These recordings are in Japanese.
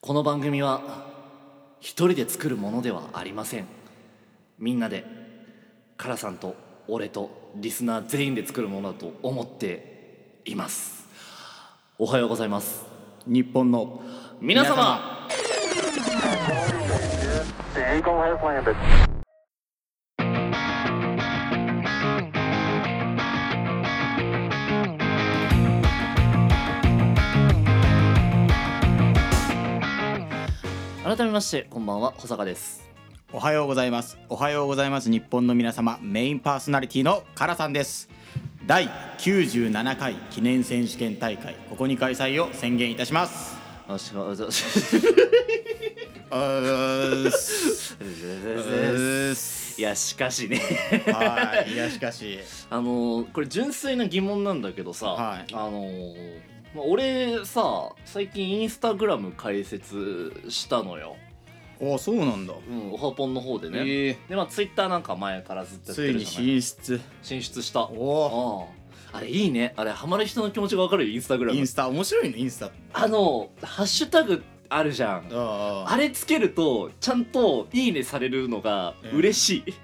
この番組は一人で作るものではありませんみんなでカラさんと俺とリスナー全員で作るものだと思っていますおはようございます日本の皆様 The Eagle has landed. 改めましてこんばんは保坂ですおはようございますおはようございます日本の皆様メインパーソナリティのカラさんです第97回記念選手権大会ここに開催を宣言いたしますよろしくお願いします あーすいやしかしねはいいやしかしあのーこれ純粋な疑問なんだけどさ、はいあのーまあ俺さ最近インスタグラム開設したのよ、おそうなんだ、うん、オハポンの方でね、ええでまあツイッターなんか前からずっとやってついるにじゃない進出進出したおおあああれいいねあれハマる人の気持ちがわかるよインスタグライムンスタ面白いねインスタあのハッシュタグあるじゃんああれつけるとちゃんと「いいね」されるのが嬉しい、あ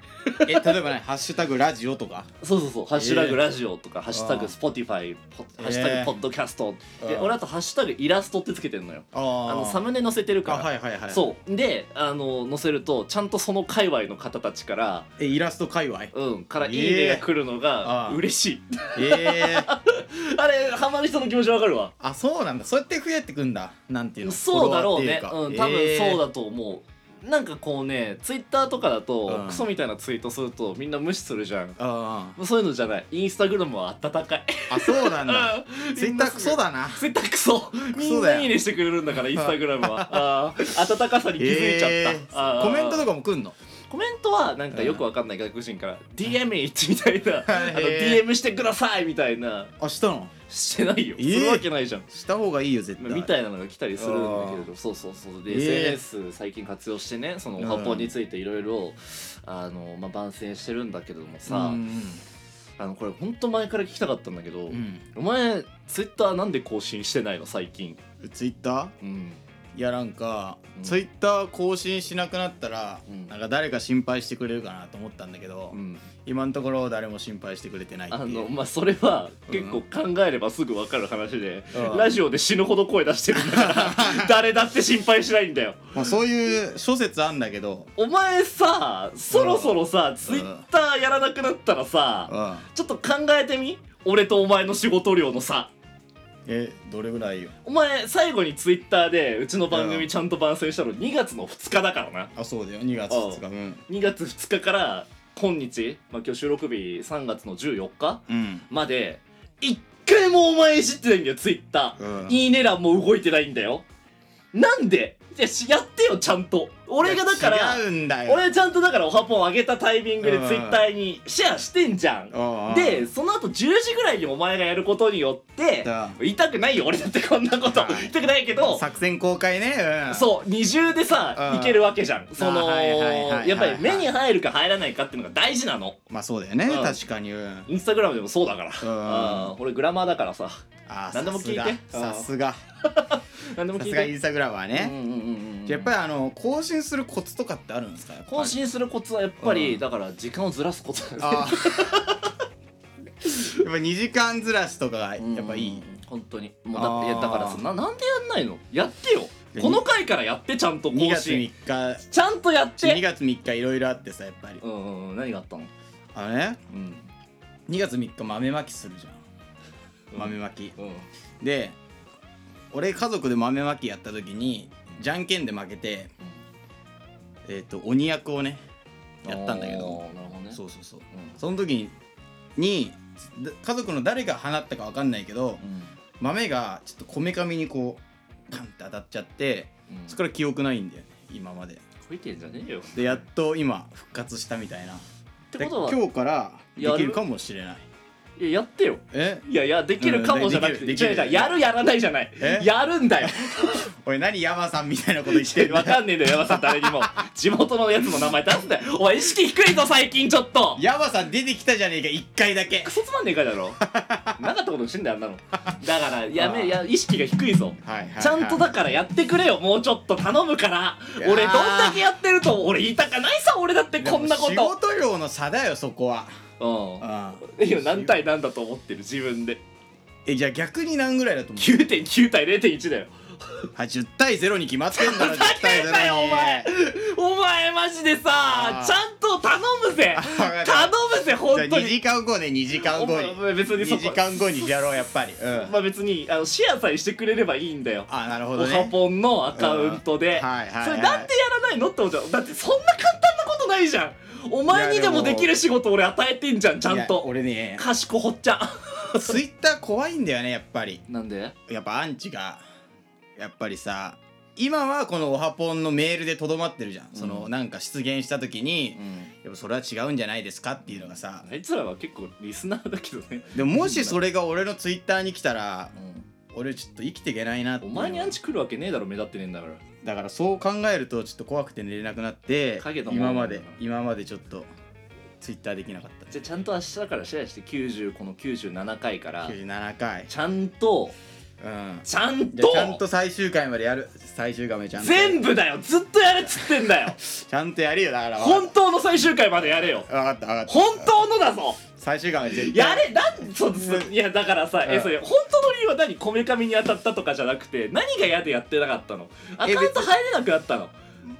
え例えばね「ハッシュタグラジオ」とかそうそうそう、ハッシュタグラジオとか、ハッシュタあグースポティファイ、ポえーハッシュタグポッドキャスト。で、あー俺あとハッシュタグイラストってつけてんのよ。あああの、サムネ載せてるあかはら。いはいはいそう。で、あの、載せると、ちゃんとその界隈の方たちから、えイラスト界隈うん、からいえいねーが来るのがあー嬉しい。 ええあれ、ハマる人の気持ちわかるわ。あそうなんだそうやって増えてくんだなんていうのそうだろうね。フォロうワーってん、い多か分そうえだと思う。なんかこうね、ツイッターとかだとう、んクソみたいなツイートするとみんな無視するじゃん。ーあそういうのじゃない。インスタグラムは温かい。ーあそうなん だツイッタークソだなツイッタークソみんソなだよいいねしてくれるんだからインスタグラムはあー温かさに 気づいちゃった、えーあーコメントとかも来んのコメントはなんかよくわかんない外国人から「DMH」みたいな「あの へー DM してください」みたいなあしたのしてないよえーするわけないじゃんした方がいいよ絶対みたいなのが来たりするんだけれあどそうそうそうで、えー SNS 最近活用してねそのうんお発砲についていろいろあの、まあ、番宣してるんだけれどもさ、うんあのこれほんと前から聞きたかったんだけど、うん、お前ツイッターなんで更新してないの最近、うん、ツイッターうん、いやなんか、うんツイッター更新しなくなったら、うんなんか誰か心配してくれるかなと思ったんだけど、うん今のところ誰も心配してくれてないってあいのうまあそれはうん結構考えればすぐ分かる話で、うんラジオで死ぬほど声出してるんだから 誰だって心配しないんだよ まあ、そういう諸説あんだけど、お前さそろそろさ、ツイッターやらなくなったらさ、うん、ちょっと考えてみ俺とお前の仕事量のさえどれぐらいよお前最後にツイッターでうちの番う組んちゃんと番宣したの2月の2日だからなあそうだよ2月2日うん2月2日から今日、まあ、今日収録日3月の14日うんまで一回もお前いじってないんだよツイッターうんいいね欄も動いてないんだよ。なんでいやしやってよ、ちゃんと。俺がだかいやら、違うんだよ俺ちゃんとだからおはぽん上げたタイミングでうんツイッターにシェアしてんじゃん。ああで、その後10時ぐらいにお前がやることによって、う痛くないよ、俺だってこんなこと。はい痛くないけど、作戦公開ねうんそう、二重でさ、ういんけるわけじゃん。その、あはいはいはいはいやっぱり目に入るか入らないかっていうのが大事なの。まあそうだよね、うん確かに、うん、インスタグラムでもそうだから。んうん俺グラマーだからさ。あ何でも聞いてさすが何でもさ聞いすて。がインスタグラムはうね、んうんうんうんじゃあやっぱりあの更新するコツとかってあるんですかやっぱり更新するコツはやっぱり、うんだから時間をずらすことなんあ あやっぱ2時間ずらしとかがですやっぱいい、本当にもうだっていやあーだからさななんでやんないのやってよでこの回からやってちゃんと二更2月新3日ちゃんとやっ2て月3日いろいろあってさやっぱりうんうんうん何があったのあのねうん2月3日豆まきするじゃん豆まき、うんで俺家族で豆まきやった時にじゃんけんで負けて、えっと鬼役をねやったんだけどあーなるほどねそうそうそううんその時にだ家族の誰が放ったか分かんないけど豆がちょっとこめかみにこうパンって当たっちゃってうんそこから記憶ないんだよね今までこいてんじゃねえよっでやっと今復活したみたいなってことは今日からでやきるるかもしれないいややってよえいやいやできるかうもんじゃなくて、でき違うるできる違うやるやらないじゃないえやるんだよおい何山さんみたいなこと言って んだわよかんねえんだよ山さん誰にも地元のやつの名前出すんだよお前意識低いぞ最近ちょっと山さん出てきたじゃねえか一回だけクソつまんねえかだろなかったことにしてんだよあんなのだからやあーめや意識が低いぞはいはいはいちゃんとだからやってくれよもうちょっと頼むからいやー俺どんだけやってると俺言いたくないさ俺だってこんなこでも仕と事量の差だよそこはうんいや何対何だと思ってる自分でえじゃあ逆に何ぐらいだと思う9.9対0.1だよあ10対0に決まってんだろ10対け0んになよお前お前マジでさあーちゃんと頼むぜあわかった頼むぜ本じゃ当あ2時に間後ね2時間お後前にお前別にそこ2時間後にやろうやっぱりうんまあ別にあのシェアさえしてくれればいいんだよあなるほどおはねぽんのアカウントで、うんはいはいはいそれなんでやらないのって思っちゃうだってそんな簡単なことないじゃんお前にでいやもででもきる仕事俺与えてんじゃんちゃいんやと俺ね賢ほっちゃんツイッター怖いんだよねやっぱり なんでやっぱアンチがやっぱりさ今はこのオハポンのメールでとどまってるじゃん、そのなんか出現した時に、やっぱそれは違うんじゃないですかっていうのがさあいつらは結構リスナーだけど ね、でももしそれが俺のツイッターに来たら俺ちょっと生きていけないなっておいう前にアンチ来るわけねえだろ目立ってねえんだからだからそう考えるとちょっと怖くて寝れなくなって影のものなん今だまで今までちょっとツイッターできなかったじゃあちゃんと明日からシェアして90この97回から97回ちゃんとうんちゃんじゃとあちゃんと最終回までやる最終回までちゃんと全部だよずっとやれっつってん だよちゃんとやるよだから本当の最終回までやれよわかったわかった本当のだぞ最終回まで絶対やれなんそうそういやだからさ、えうんそれ本当の理由は何こめかみに当たったとかじゃなくて何が嫌でやってなかったのアカウント入れなくなったの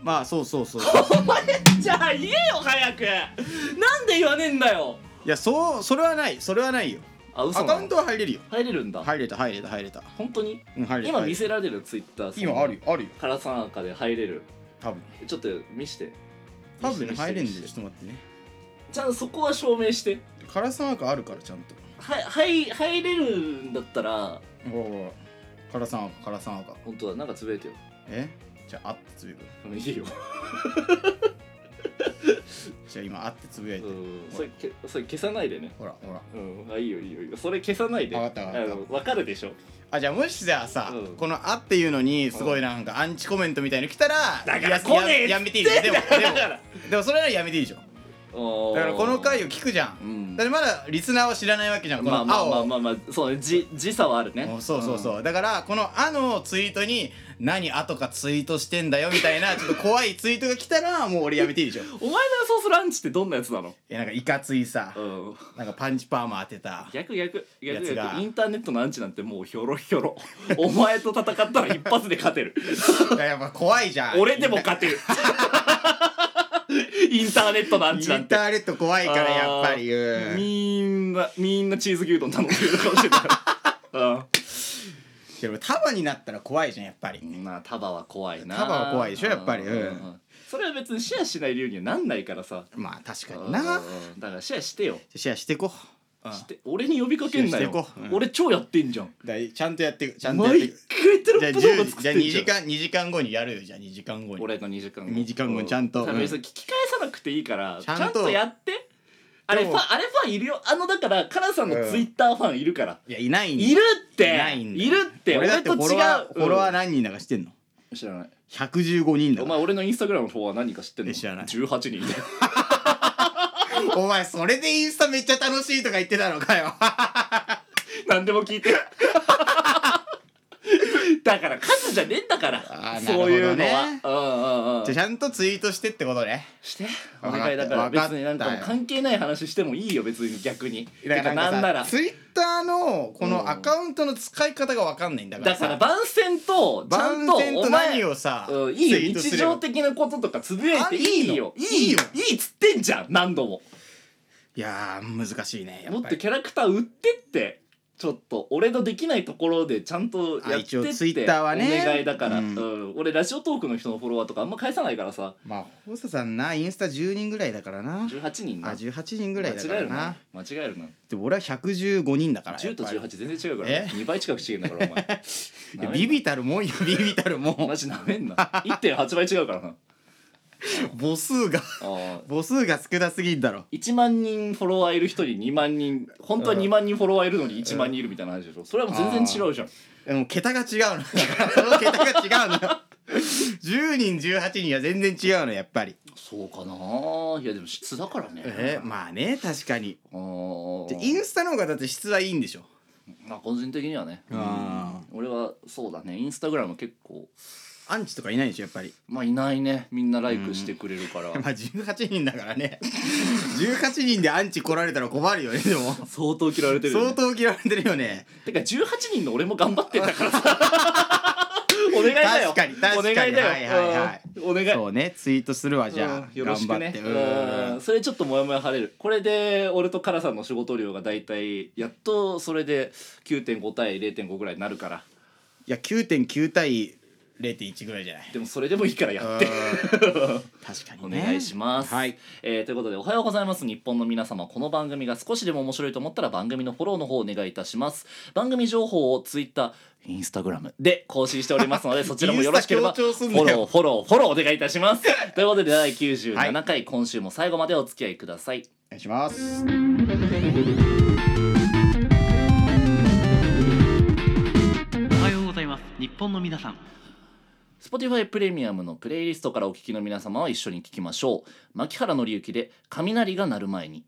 まあそうそうそう お前じゃあ言えよ早くなんで言わねえんだよいやそうそれはないそれはないよあ嘘アなのカウントは入れるよ入れるんだ、入れた入れた入れた本当にうん入れた今入れ見たせられるツイッター今あるよあるよからさん赤で入れる多分ちょっと見して多分ね見せて入れん見でせてよちょっと待ってねちゃんとそこは証明してカラスマークあるからちゃんとははい入れるんだったらほらほらカラスマークカラスマーク本当だなんかつぶやいてよえじゃああってつぶやくいいよじゃあ今あってつぶやいてうんそれけそれ消さないでねほらほらうん、あいいよいいよいいよそれ消さないでわかったわかったあのわかるでしょあじゃあもしじゃあさ、うんこの「あ」っていうのにすごいなんかアンチコメントみたいの来たらだからいや来ねえっつってんだややめていいでしょでもでだからもでもそれならやめていいでしょだだからこの回をを聞くじゃん、うんだってまだリスナーは知らないわけじゃんこのま「あ」あを、まあまあまあまあそうねじ時差はあるねおそうそうそう、だからこの「あ」のツイートに「何あ」とかツイートしてんだよみたいなちょっと怖いツイートが来たらもう俺やめていいでしょうんお前の予想するアンチってどんなやつなのえなんかいかついさうんなんかパンチパーマ当てた逆逆逆やつが逆インターネットのアンチなんてもうひょろひょろお前と戦ったら一発で勝てるだからやっぱ怖いじゃん俺でも勝てるインターネットのアインンチタなんてーネット怖いからやっぱりうんみんなみんなチーズ牛丼頼んでる顔して たから、うんでも束になったら怖いじゃんやっぱりまあ束は怖いな束は怖いでしょやっぱりうんそれは別にシェアしない理由にはなんないからさまあ確かになうんだからシェアしてよシェアしてこうんして俺に呼びかけんなシェアよしてこうん俺超やってんじゃんだいちゃんとやってくちゃんとやって毎く回テロじゃあップ動画10作じゃっあてん2じゃん時間2時間後にやるよじゃあ2時間後に俺の2時間後2時間後うちゃんと多うん分それ聞き返さなくていいからちちゃゃんんととやってあれでフもァンあれファンいるよあのだからカラさんのツイッターファンいるからいやいないんだいるっていないんだるって俺だ俺ってとフ違うォロワーフォロワーうん何人だか知ってんの知らない115人だおから前俺のインスタグラムのフォロワー何か知ってんのえ知らない18人だよお前それでインスタめっちゃ楽しいとか言ってたのかよ何でも聞いて だから数じゃねえんだからあーそういうのなるは、うんうんうん じゃあちゃんとツイートしてってことねしてわおかった願いだからわかった別になんかもう関係ない話してもいいよ別に逆にだだかかららななんんななららツイッターのこうのんアカウントの使い方が分かんないんだからださから番宣とちゃんと番宣とお何前をさうんいいよツイートす日れば常的なこととかつぶやいていいよあいいいいのよいいいっつってんじゃん何度もいやー難しいねやもっっぱとりキャラクター売ってってちょっと俺のできないところでちゃんとやってってあ一応ツイッターはねお願いだから、ううんん俺ラジオトークの人のフォロワーとかあんま返さないからさまあホサさんなインスタ10人ぐらいだからな18人あな18人ぐらいだから間違えなるな間違えるなでも俺は115人だから10とやっぱり18全然違うからえ2倍近く違うんだからお前 いやビビたるもんよビビたるもんマジなめんな1.8倍違うからな母数があ母数が少なすぎんだろ1万人フォロワーいる人に2万人本当は2万人フォロワーいるのに1万人いるみたいな話でしょそれはもう全然違うじゃんでも桁が違うの だからその桁が違うのよ10人18人は全然違うのやっぱりそうかないやでも質だからねえーまあね確かにあーじゃインスタの方がだって質はいいんでしょまあ個人的にはねあ俺はそうだねインスタグラム結構アンチとかいないでしょやっぱりまあいないねみんなライクしてくれるから、まあ18人だからね18人でアンチ来られたら困るよねでも 相当嫌われてるよ、ね、相当嫌われてるよねてか18人の俺も頑張ってんだからさ お願いだよ確かに確かにお願いだよ、はいはいはいうんお願いそうねツイートするわじゃあうんよろしくね頑張うっんてそれちょっとモヤモヤ晴れるこれで俺とカラさんの仕事量が大体やっとそれで9.5対0.5ぐらいになるからいや9.9対0.1ぐらいじゃないでもそれでもいいからやって確か おにね願いします、はいえーということでおはようございます日本の皆様この番組が少しでも面白いと思ったら番組のフォローの方お願いいたします番組情報をツイッターインスタグラムで更新しております のでそちらもよろしければインスタフ強調すんなよォローフォローフォローお願いいたします ということで第97回、今週も最後までお付き合いくださいお願いしますおはようございます日本の皆さん Spotify プレミアムのプレイリストからお聞きの皆様は一緒に聞きましょう牧原紀之で「雷が鳴る前に」